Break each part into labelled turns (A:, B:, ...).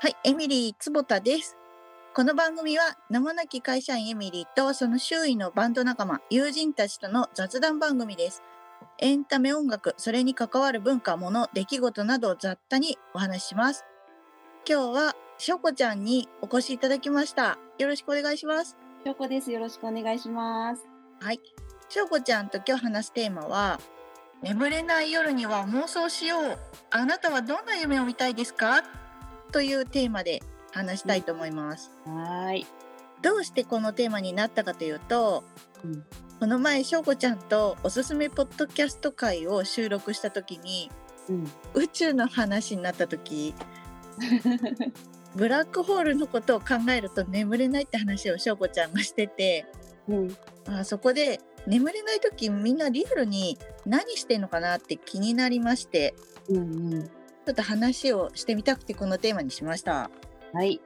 A: はい、エミリー坪田です。この番組は名もなき会社員エミリーとその周囲のバンド仲間、友人たちとの雑談番組です。エンタメ音楽、それに関わる文化、もの、出来事などを雑多にお話しします。今日はしょこちゃんにお越しいただきました。よろしくお願いします。
B: ひょこです。よろしくお願いします。
A: はい、しょこちゃんと今日話すテーマは眠れない夜には妄想しよう。あなたはどんな夢を見たいですかというテーマで話したいと思います。
B: はーい。
A: どうしてこのテーマになったかというと、
B: うん
A: この前翔子ちゃんとおすすめポッドキャスト会を収録した時に
B: うん。
A: 宇宙の話になった時ブラックホールのことを考えると眠れないって話を翔子ちゃんがしてて
B: うん。
A: あそこで眠れない時みんなリアルに何してんのかなって気になりまして
B: うん。うん。
A: ちょっと話をしてみたくてこのテーマにしました。
B: はい。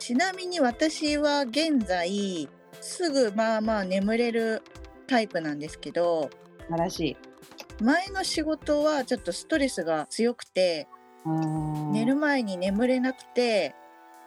A: ちなみに私は現在すぐまあまあ眠れるタイプなんですけど
B: 素晴らしい。
A: 前の仕事はちょっとストレスが強くて
B: あー
A: 寝る。前に眠れなくて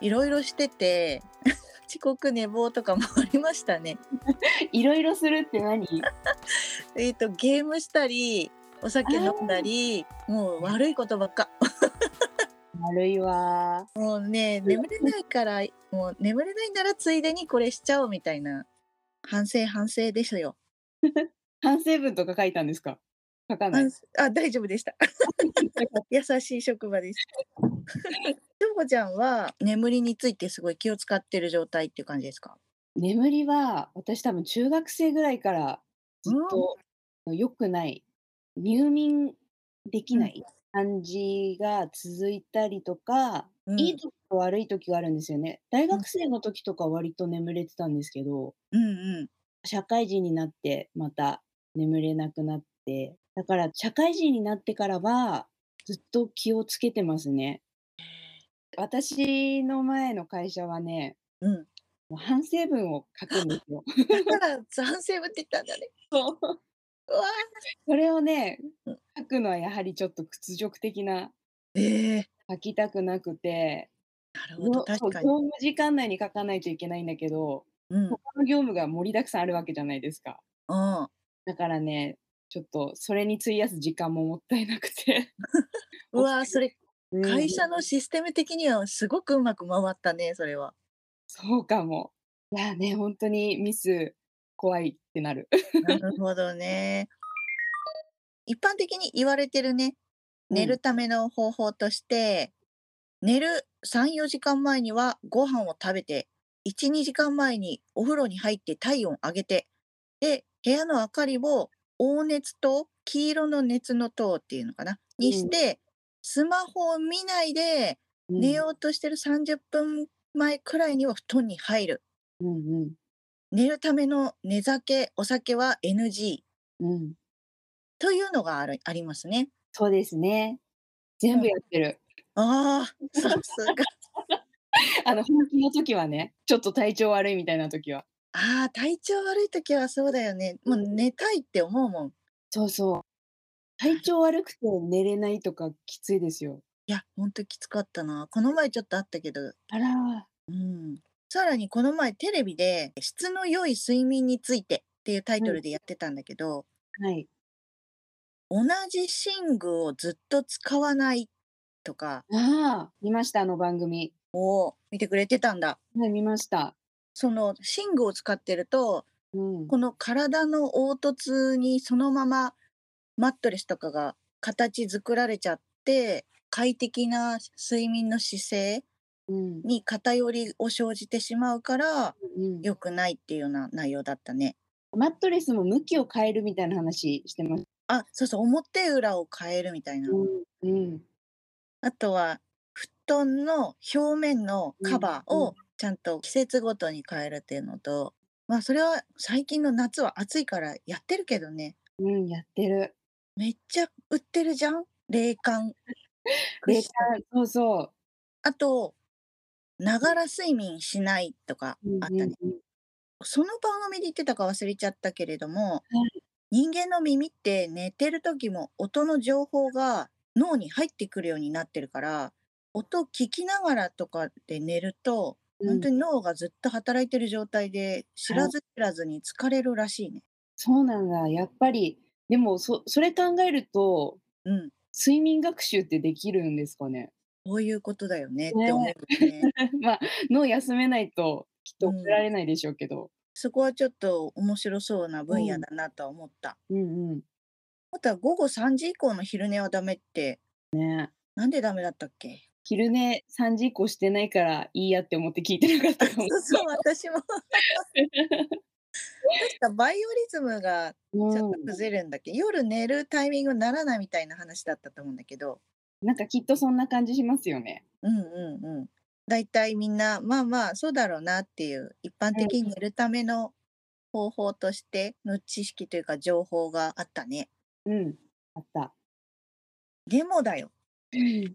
A: いろいろしてて 遅刻寝坊とかもありましたね。
B: いろいろするって何？
A: えっとゲームしたりお酒飲んだりもう悪いことばっか
B: 悪いわ
A: もうね眠れないからもう眠れないならついでにこれしちゃおうみたいな反省反省ですよ。
B: ー。反省文とか書いたんですか？書かない。
A: 反省あ大丈夫でした。 優しい職場でした。しょうこちゃんは眠りについてすごい気を使ってる状態っていう感じですか。
B: 眠りは私多分中学生ぐらいからずっと良くない入眠できない感じが続いたりとか、
A: うん
B: いい時と悪い時があるんですよね。大学生の時とか割と眠れてたんですけど、
A: うんうん。
B: 社会人になってまた眠れなくなってだから社会人になってからはずっと気をつけてますね私の前の会社はね
A: うん、
B: もう反省文を書くんで すよ
A: だから賛成文って言ったんだね。
B: そう
A: うわ
B: それをね
A: うん
B: 書くのはやはりちょっと屈辱的な
A: ーええ
B: 書きたくなくて
A: なるほ
B: 業
A: ど
B: そ
A: 確
B: う業
A: かに。
B: 務時間内に書かないといけないんだけど
A: うん
B: 他の業務が盛りだくさんあるわけじゃないですか
A: うん。
B: だからねちょっとそれに費やす時間ももったいなくて
A: うわーそれ
B: うん
A: 会社のシステム的にはすごくうまく回ったねそれは。
B: そうかも。いやね、本当にミス怖いって なる。
A: なるほどね。一般的に言われてるね寝るための方法として、寝る34時間前にはご飯を食べて12時間前にお風呂に入って体温上げてで部屋の明かりを黄熱と黄色の熱の塔っていうのかなにして、スマホを見ないで
B: うん、
A: 寝ようとしてる30分前くらいには布団に入る
B: うんうん
A: 寝るための寝酒お酒は NG
B: うん。
A: というのがあるありますね。
B: そうですね。全部やってる。
A: ああさすが。
B: あの本気の時はね、ちょっと体調悪いみたいな時は。
A: ああ、体調悪い時はそうだよね。もう
B: うん
A: 寝たいって思うもん。
B: そうそう。体調悪くて寝れないとかきついですよ。
A: いや、ほんときつかったな。この前ちょっとあったけど。
B: あら
A: う
B: ー。
A: ん。さらにこの前テレビで質の良い睡眠についてっていうタイトルでやってたんだけど、
B: はい。
A: 同じ寝具をずっと使わないとか
B: ああ、見ました、あの番組。
A: を見てくれてたんだ。
B: はい、見ました。
A: その寝具を使ってると、
B: うん。
A: この体の凹凸にそのままマットレスとかが形作られちゃって快適な睡眠の姿勢
B: うん。
A: に偏りを生じてしまうから
B: うん、
A: 良くないっていうような内容だったね。
B: マットレスも向きを変えるみたいな話してます。
A: あそうそう表裏を変えるみたいな。
B: うん。うん。
A: あとは布団の表面のカバー
B: うんう
A: をちゃんと季節ごとに変えるっていうのと、まあそれは最近の夏は暑いからやってるけどね
B: うん、やってる。
A: めっちゃ売ってるじゃん冷感。
B: データ、そうそ
A: あと、ながら睡眠しないとか
B: う。
A: あったね。その番組で言ってたか忘れちゃったけれども
B: は、
A: 人間の耳って寝てる時も音の情報が脳に入ってくるようになってるから、音を聞きながらとかで寝る
C: う
A: と、
C: ん
A: 本当に脳がずっと働いてる状態で知らず知らずに疲れるらしいね。
C: そうなんだ。やっぱり、でもそ、それ考えると、
A: うん、
C: 睡眠学習ってできるんですかね。
A: こういうことだよねっ
C: ね
A: て思うよね。
C: まあ、脳休めないと、きっと
A: うん
C: 怒られないでしょうけど。
A: そこはちょっと面白そうな分野だなとは思った。
C: うんうん。
A: あとは午後3時以降の昼寝はダメって、
C: ね
A: なんでダメだったっけ
C: 昼寝3時以降してないからいいやって思って聞いてなかったか
A: そ
C: も
A: う。そう、私も。確かバイオリズムがちょっと
C: う
A: 崩れるんだっけ、夜寝るタイミングにならないみたいな話だったと思うんだけど、
C: ん、なんかきっとそんな感じしますよね。
A: うんうんうん。大体みんな、まあまあ、そうだろうなっていう、一般的に寝るための方法としての知識というか情報があったね。
C: うん。あった。
A: でもだよ。それで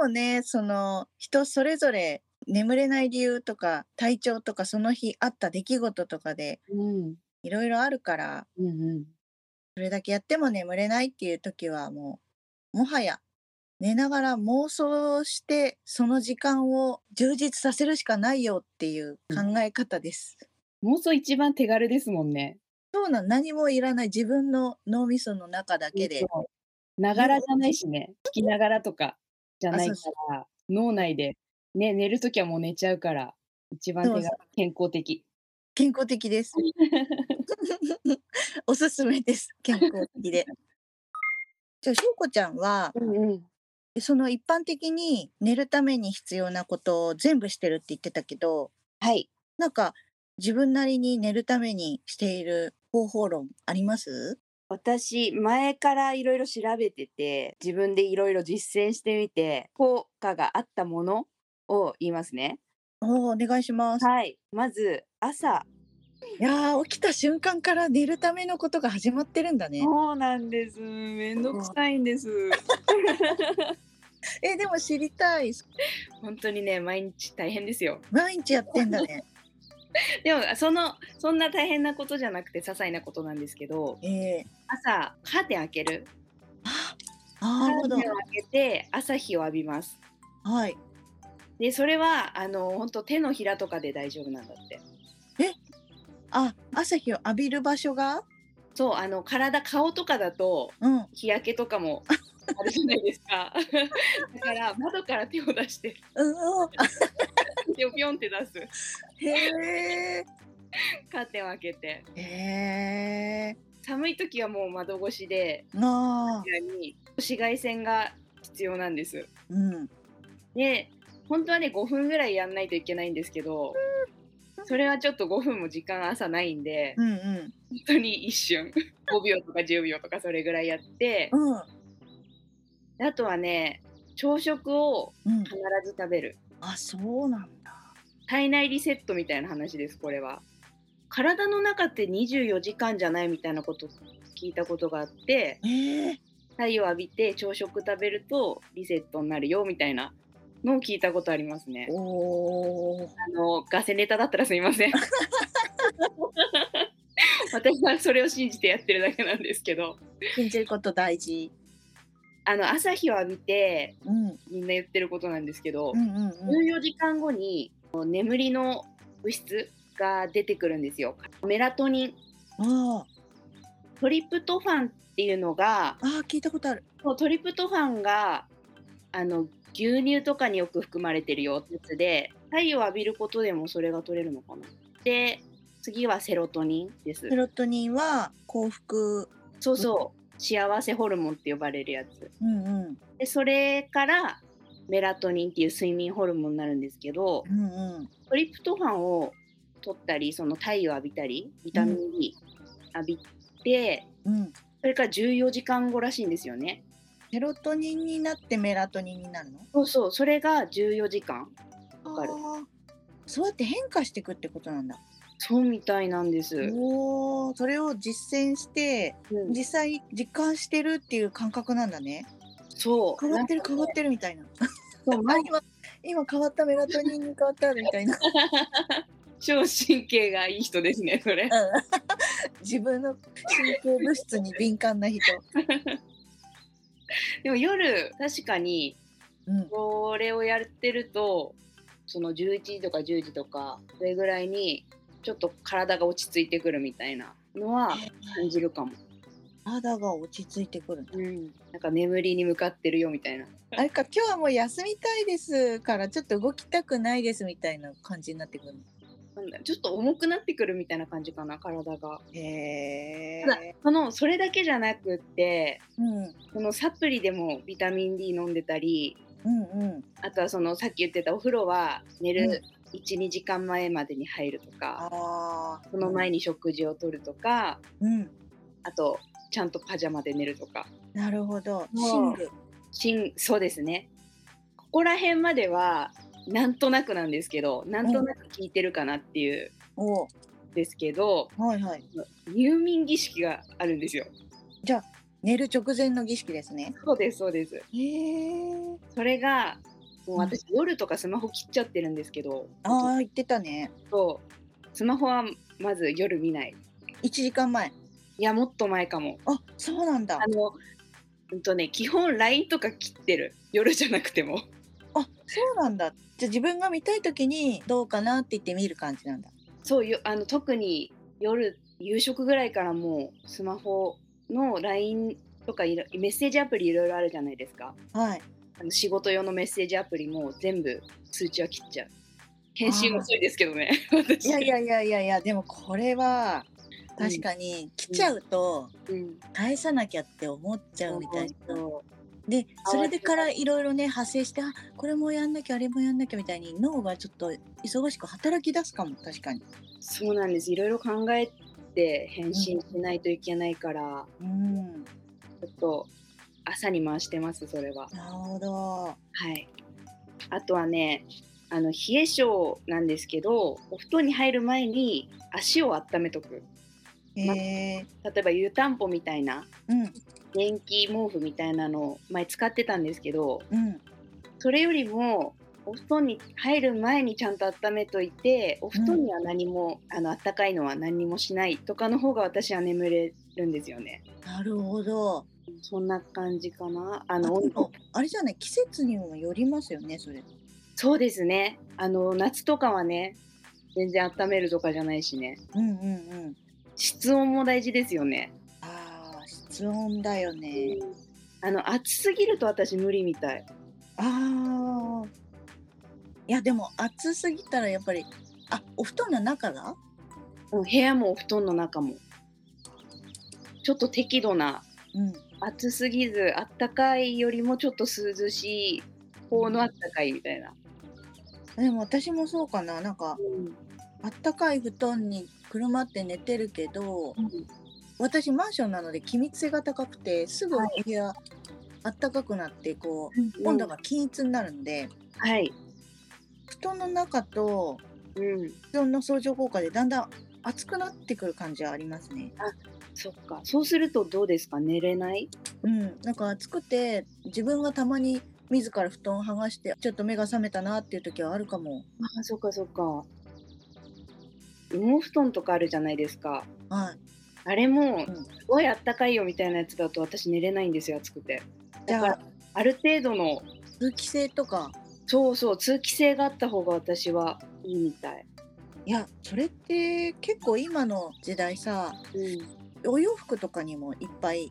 A: もね、その人それぞれ眠れない理由とか体調とかその日あった出来事とかで
C: うん。
A: いろいろあるから、
C: うんうん。
A: それだけやっても眠れないっていう時はもう、もはや寝ながら妄想してその時間を充実させるしかないよっていう考え方です。
C: 妄想一番手軽ですもんね。
A: そうなん、何もいらない自分の脳みその中だけで。
C: そう。ながらじゃないしね。聞きながらとかじゃないか
A: あそう
C: ら、脳内で、ね、寝るときはもう寝ちゃうから、一番手
A: そう
C: 軽
A: そう、
C: 健康的。
A: 健康的です。 おすすめです。健康的で。じゃあ、しょうこちゃんは、
C: うんうん。
A: その一般的に寝るために必要なことを全部してるって言ってたけど、
C: はい。
A: なんか自分なりに寝るためにしている方法論あります
B: 私前からいろいろ調べてて自分でいろいろ実践してみて効果があったものを言いますね
A: おーお願いします。
B: はいまず朝
A: いやー、起きた瞬間から寝るためのことが始まってるんだね。
B: そうなんですめんどくさいんです
A: え、でも知りたい。
B: 本当にね毎日大変ですよ
A: 毎日やってんだね。
B: でもそのそんな大変なことじゃなくて些細なことなんですけど
A: えー、
B: 朝カーテン開ける
A: あー
B: カ
A: なるほ
B: ー
A: ど
B: テ。ンを開けて朝日を浴びます
A: はい。
B: でそれはあの本当手のひらとかで大丈夫なんだって
A: あ、朝日を浴びる場所が
B: そうあの体顔とかだと
A: うん。
B: 日焼けとかもあるじゃないですか だから窓から手を出して
A: うんうん。あ
B: 手をピョンって出す
A: へ
B: カーテンを開けて
A: え。へえ。
B: 寒い時はもう窓越しで
A: なあ
B: こ。ちらに紫外線が必要なんです
A: うん。
B: で本当はね5分ぐらいやんないといけないんですけどそれはちょっと5分も時間朝ないんで
A: うんうん。
B: 本当に一瞬5秒とか10秒とかそれぐらいやって
A: うん。
B: あとはね朝食を
A: うん。
B: 必ず食べる
A: あ、そうなんだ。
B: 体内リセットみたいな話ですこれは体の中って24時間じゃないみたいなこと聞いたことがあって
A: ええ。
B: 太陽浴びて朝食食べるとリセットになるよみたいなのを聞いたことありますね
A: おお。
B: あのガセネタだったらすみません 私はそれを信じてやってるだけなんですけど
A: 信じること大事。
B: あの朝日を浴びて
A: うん。うん
B: みんな言ってることなんですけど、
A: うんうん。
B: 14時間後に眠りの物質が出てくるんですよメラトニン
A: あ
B: トリプトファンっていうの
A: あ。
B: が
A: ああ、聞いたことある。
B: そうトリプトファンがあの牛乳とかによく含まれてるよってやつで太陽を浴びることでもそれが取れるのかなで次はセロトニンです
A: セロトニンは幸福。
B: そうそう幸せホルモンって呼ばれるやつ
A: うんうん。
B: でそれからメラトニンっていう睡眠ホルモンになるんですけど
A: うんうん。
B: トリプトファンを取ったりその太陽を浴びたりビタミン D 浴びて、
A: うん。
B: それから14時間後らしいんですよね
A: セロトニンになってメラトニンになるの。
B: そうそう、それが14時間。わかる
A: あーそうやって変化していくってことなんだ。
B: そうみたいなんです。
A: おお、それを実践して、
B: うん
A: 実際実感してるっていう感覚なんだね。
B: そう。
A: 変わってる変わってるみたいな。
B: そう
A: あ今今変わったメラトニンに変わったみたい な。
B: 超神経がいい人ですね、それ。
A: 自分の神経物質に敏感な人。
B: でも夜、確かに
A: うん
B: これをやってるとその11時とか10時とかそれぐらいにちょっと体が落ち着いてくるみたいなのは感じるかも、
A: 肌が落ち着いてくるんだ
B: うん、なんか眠りに向かってるよみたいな
A: あれか今日はもう休みたいですからちょっと動きたくないですみたいな感じになってくるの
B: なんだちょっと重くなってくるみたいな感じかな体が
A: へ
B: ただそのそれだけじゃなくって
A: うん
B: そのサプリでもビタミン D 飲んでたり
A: うんうん
B: あとはそのさっき言ってたお風呂は寝
A: うん
B: る12、時間前までに入るとか
A: あー
B: その前に食事をとるとか
A: うん
B: あとちゃんとパジャマで寝るとか
A: なるほど
B: う
A: シングル
B: しんそうですねここら辺まではなんとなくなんですけどなんとなく聞いてるかなっていう
A: お
B: ですけど
A: はいはい
B: 入眠儀式があるんですよ
A: 寝る直前の儀式ですね
B: そうですそうです
A: へえ
B: それがも
A: う
B: う
A: ん
B: 私夜とかスマホ切っちゃってるんですけど
A: ああ言ってたね
B: そうスマホはまず夜見ない
A: 1時間前
B: いやもっと前かも
A: あそうなんだ
B: あのうんとね基本 LINE とか切ってる夜じゃなくても
A: あそうなんだじゃあ自分が見たい時にどうかなって言って見る感じなんだ
B: そうよあの特に夜夕食ぐらいからもうスマホの LINE とかいろメッセージアプリいろいろあるじゃないですか
A: はい
B: あの仕事用のメッセージアプリも全部通知は切っちゃう返信遅いですけどね 私
A: いやいやいやいやいやでもこれは確かに来ちゃうと
B: うん
A: 返さなきゃって思っちゃうみたいな、
B: そう
A: でそれでからいろいろね派生してあこれもやんなきゃあれもやんなきゃみたいに脳がちょっと忙しく働き出すかも確かに
B: そうなんですいろいろ考えて返信しないといけないから、
A: うん
B: ちょっと朝に回してますそれは
A: なるほど
B: はい。あとはね、あの冷え性なんですけど、お布団に入る前に足を温めとく。
A: へえ
B: 例えば湯たんぽみたいな
A: うん
B: 電気毛布みたいなのを前使ってたんですけど、
A: うん
B: それよりもお布団に入る前にちゃんと温めといて、お布団には何も、あの暖かいのは何もしないとかの方が私は眠れるんですよね。
A: なるほど
B: そんな感じかな。あ
A: あ
B: の
A: でもあれじゃない季節にもよりますよねそれ
B: そうですね。あの夏とかはね、全然温めるとかじゃないしね。
A: うんうんうん
B: 室温も大事ですよね。
A: あー室温だよね
B: あの暑すぎると私無理みたい。
A: ああいやでも暑すぎたらやっぱりあお布団の中が
B: うん部屋もお布団の中も。ちょっと適度な
A: うん
B: 暑すぎずあったかいよりもちょっと涼しい方のあったかいみたいな。
A: でも私もそうかななんかあったかい布団にくるまって寝てるけど私マンションなので気密性が高くてすぐお部屋あったかくなってこう温度が均一になるんで、
B: はい。
A: 布団の中と
B: うん。
A: 布団の相乗効果でだんだん暑くなってくる感じはありますね。
B: そっか。そうするとどうですか寝れない
A: うん、なんか暑くて自分がたまに自ら布団を剥がしてちょっと目が覚めたなっていう時はあるかも。
B: あそっかそっか。羽毛布団とかあるじゃないですか。
A: はい、
B: あれも
A: うん
B: すごいあったかいよみたいなやつだと私寝れないんですよ暑くて。
A: じ
B: だ
A: ゃ
B: か
A: あ
B: らある程度の
A: 通気性とか
B: そうそう通気性があった方が私はいいみたい。
A: いやそれって結構今の時代さ
B: うん、
A: お洋服とかにもいっぱい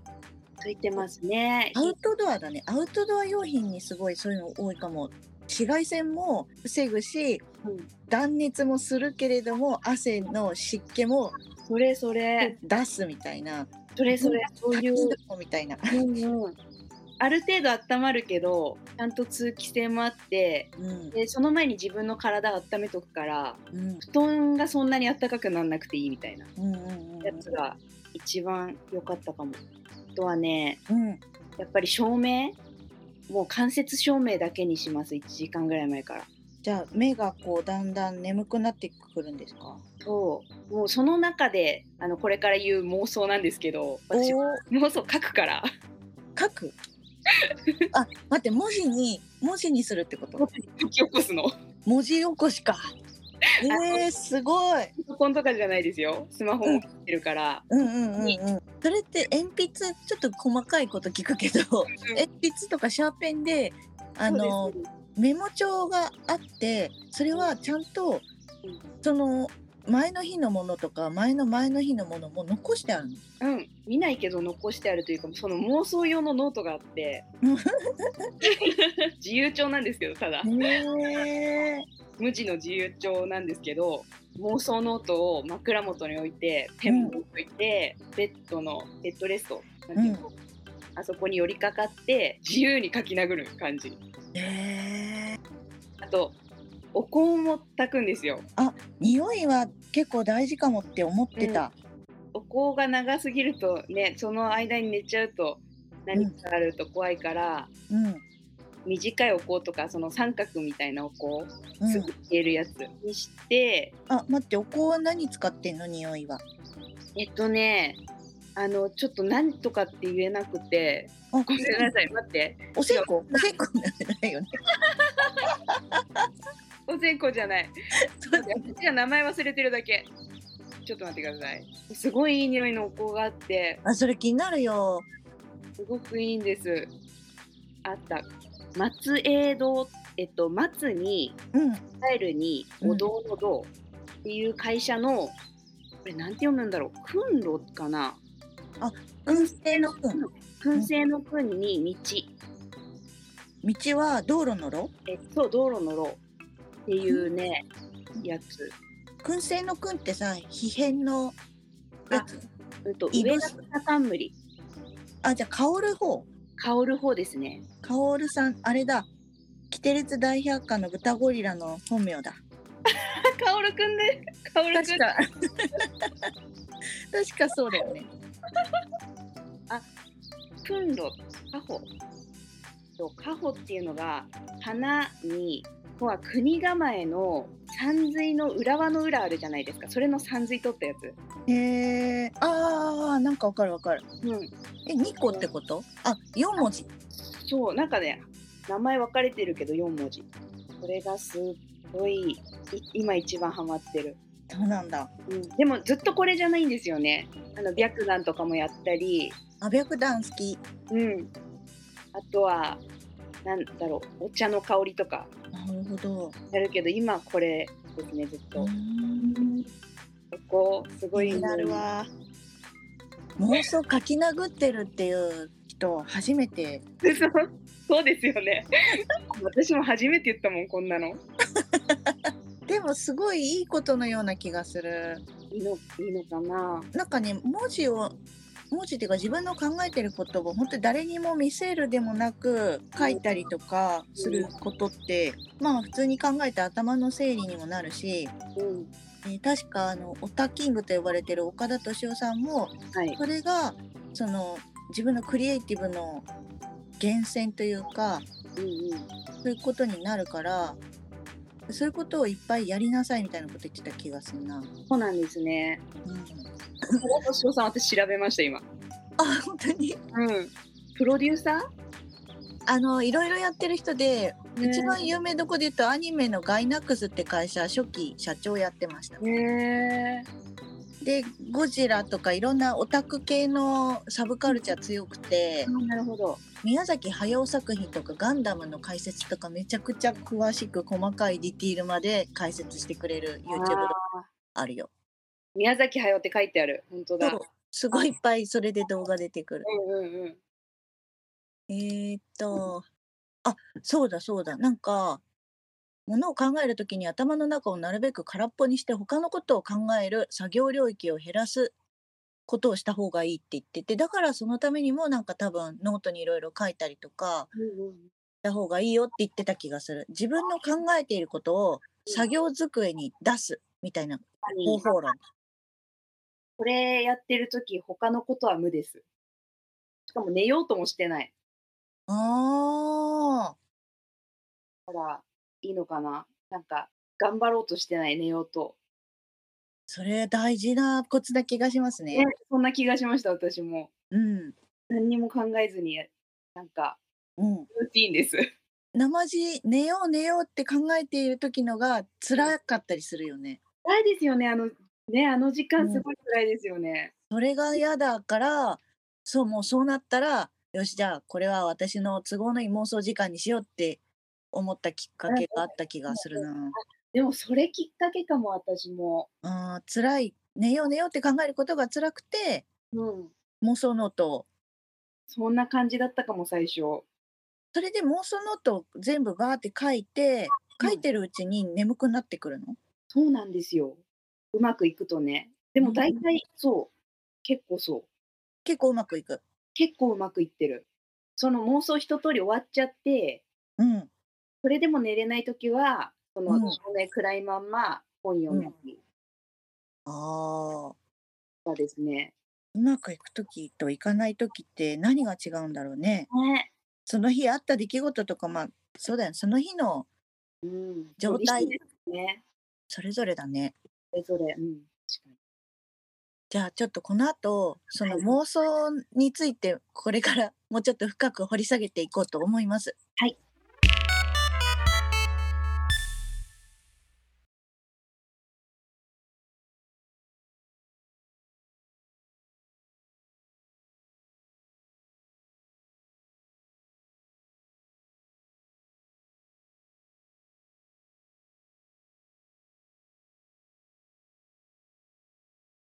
B: ついてますね。
A: アウトドアだねアウトドア用品にすごいそういうの多いかも紫外線も防ぐし
B: うん
A: 断熱もするけれども汗の湿気も
B: それそれ
A: 出すみたいな
B: それそれそう
A: 滝
B: い
A: の
B: う。
A: みたいな、
B: うんうんある程度温まるけどちゃんと通気性もあって
A: うん
B: でその前に自分の体を温めとくから
A: うん
B: 布団がそんなに暖かくならなくていいみたいな
A: うんうん
B: やつが一番良かったかも。あとはね
A: うん
B: やっぱり照明もう間接照明だけにします1時間ぐらい前から。
A: じゃあ目がこうだんだん眠くなってくるんですか
B: そうもうその中であのこれから言う妄想なんですけど私
A: おー
B: 妄想書くから
A: 書くあ待って文字に文字にするってこと
B: 書き起こすの
A: 文字起こしかえー、すごい
B: パソコンとかじゃないですよスマホも持ってるから、
A: うんうんうんうん、それって鉛筆ちょっと細かいこと聞くけど鉛筆とかシャーペンであのメモ帳があってそれはちゃんと
B: うん
A: その前の日のものとか前の前の日のものも残してあるの。
B: うん、見ないけど残してあるというかその妄想用のノートがあって 自由帳なんですけどただ
A: へえ。
B: 無地の自由帳なんですけど妄想ノートを枕元に置いてペンも置いて、ベッドのベッドレストなんていうの、あそこに寄りかかって自由に書き殴る感じ
A: へえ。
B: あとお香も炊くんですよ
A: 匂いは結構大事かもって思ってた。
B: お香が長すぎるとねその間に寝ちゃうと何かあると怖いから、
A: うん。
B: 短いお香とかその三角みたいなお香
A: うん
B: すぐ消えるやつにして、
A: あ、待って、お香は何使ってんの匂いは。
B: えっとねあのちょっと何とかって言えなくて
A: あ、
B: ごめんなさい待って
A: お線香、お線香なんじゃないよね。
B: お線香じゃない
A: そう
B: 待って私が名前忘れてるだけちょっと待ってくださいすごいいい匂いのお香があって
A: あ、それ気になるよ。
B: すごくいいんですあった松江堂えっと松に
A: うん。
B: スタイルにお堂の堂っていう会社の、これなんて読むんだろう訓路かな
A: 燻製の燻。
B: 燻製の訓に道、
A: 道は道路の路。
B: えっと道路の路っていうね、
A: うん
B: やつ、
A: 燻製の燻ってさ、皮変の。やつ。
B: うん、と
A: 移
B: 上
A: 動
B: が
A: し
B: 草冠
A: あ、じゃあ、香る方。
B: 香る方ですね
A: 香るさん、あれだ。キテレツ大百科の豚ゴリラの本名だ。
B: 香るくんで香るくん
A: か。 確かそうだよね。
B: 訓路家宝と家宝っていうのが花にここは国構えの山水の裏輪の裏あるじゃないですかそれの山水取ったやつ
A: へえ。ああ、なんかわかるわかる。
B: うん
A: え、二個ってこと？あ、四文字。
B: そうなんかね名前分かれてるけど4文字これがすっごいい今一番ハマってる、
A: そうなんだ。
B: うん、でもずっとこれじゃないんですよねあの白眼とかもやったり
A: 阿白弾好き。
B: うんあとはなんだろうお茶の香りとか
A: なるほど。
B: やるけど今これですねずっと、
A: うーん
B: ここすごい
A: 気になるわ。妄想書き殴ってるっていう人初めて。
B: そうそうですよね私も初めて言ったもんこんなの
A: でもすごいいいことのような気がする。
B: いいのいいのかな
A: なんかね文字を文字っていうか自分の考えてることを本当に誰にも見せるでもなく書いたりとかすることって、まあ普通に考えて頭の整理にもなるし、
B: うん
A: えー確かあのオタキングと呼ばれてる岡田敏夫さんも
B: はい
A: それがその自分のクリエイティブの源泉というか
B: うんうん
A: そういうことになるからそういうことをいっぱいやりなさいみたいなこと言ってた気がするな。
B: そうなんですね
A: うん、
B: 大田さん私調べました今
A: あ本当に
B: うんプロデューサ
A: あのいろいろやってる人で、
B: ー
A: 一番有名どこで言うとアニメのガイナックスって会社初期社長やってました
B: へえ
A: でゴジラとかいろんなオタク系のサブカルチャー強くて
B: なるほど
A: 宮崎駿作品とかガンダムの解説とかめちゃくちゃ詳しく細かいディティールまで解説してくれる YouTube
B: あー
A: があるよ
B: 宮崎駿って書いてある本当だ
A: そうすごいいっぱいそれで動画出てくる
B: うんうんうん
A: えーっと、あ、そうだそうだ。なんか、ものを考えるときに頭の中をなるべく空っぽにして他のことを考える作業領域を減らすことをした方がいいって言ってて、だからそのためにもなんか多分ノートにいろいろ書いたりとかした方がいいよって言ってた気がする。自分の考えていることを作業机に出すみたいな方法論。
B: これやってる時他のことは無ですしかも寝ようともしてない
A: ああ、
B: からいいのかななんか頑張ろうとしてない寝ようと、
A: それ大事なコツな気がしますね
B: ね。、そんな気がしました私も
A: うん、
B: 何にも考えずになんか
A: うん。
B: ルーティーンです
A: 生地寝よう寝ようって考えている時のが辛かったりするよね。
B: 辛いですよねあのねあの時間
A: うん
B: すごい辛いですよね、
A: それが嫌だからそうもうそうなったらよしじゃあこれは私の都合のいい妄想時間にしようって思ったきっかけがあった気がするな。
C: でもそれきっかけかも私も。
A: あー辛い寝よう寝ようって考えることが辛くて
C: うん。
A: 妄想ノートを
B: そんな感じだったかも最初。
A: それで妄想ノートを全部バーって書いて書いてるうちに眠くなってくるの、
C: そうなん
B: なんですよ。うまくいくとね。でも大体そう。結構そう。
A: 結構うまくいく。
B: 結構うまくいってる。その妄想一通り終わっちゃって、
A: うん
B: それでも寝れないときは、その、
A: うん
B: 照明暗いまんま本読んだり
A: あー
B: とかですね。
A: うまくいく時といかない時って何が違うんだろうね。
B: ね。
A: その日あった出来事とかまあそうだよねその日の
B: うん。
A: 状態
B: そうですね。
A: それぞれだね。
B: それぞれ。うん。確かに。
A: じゃあちょっとこの後その
B: はい
A: 妄想についてこれからもうちょっと深く掘り下げていこうと思います。
B: はい。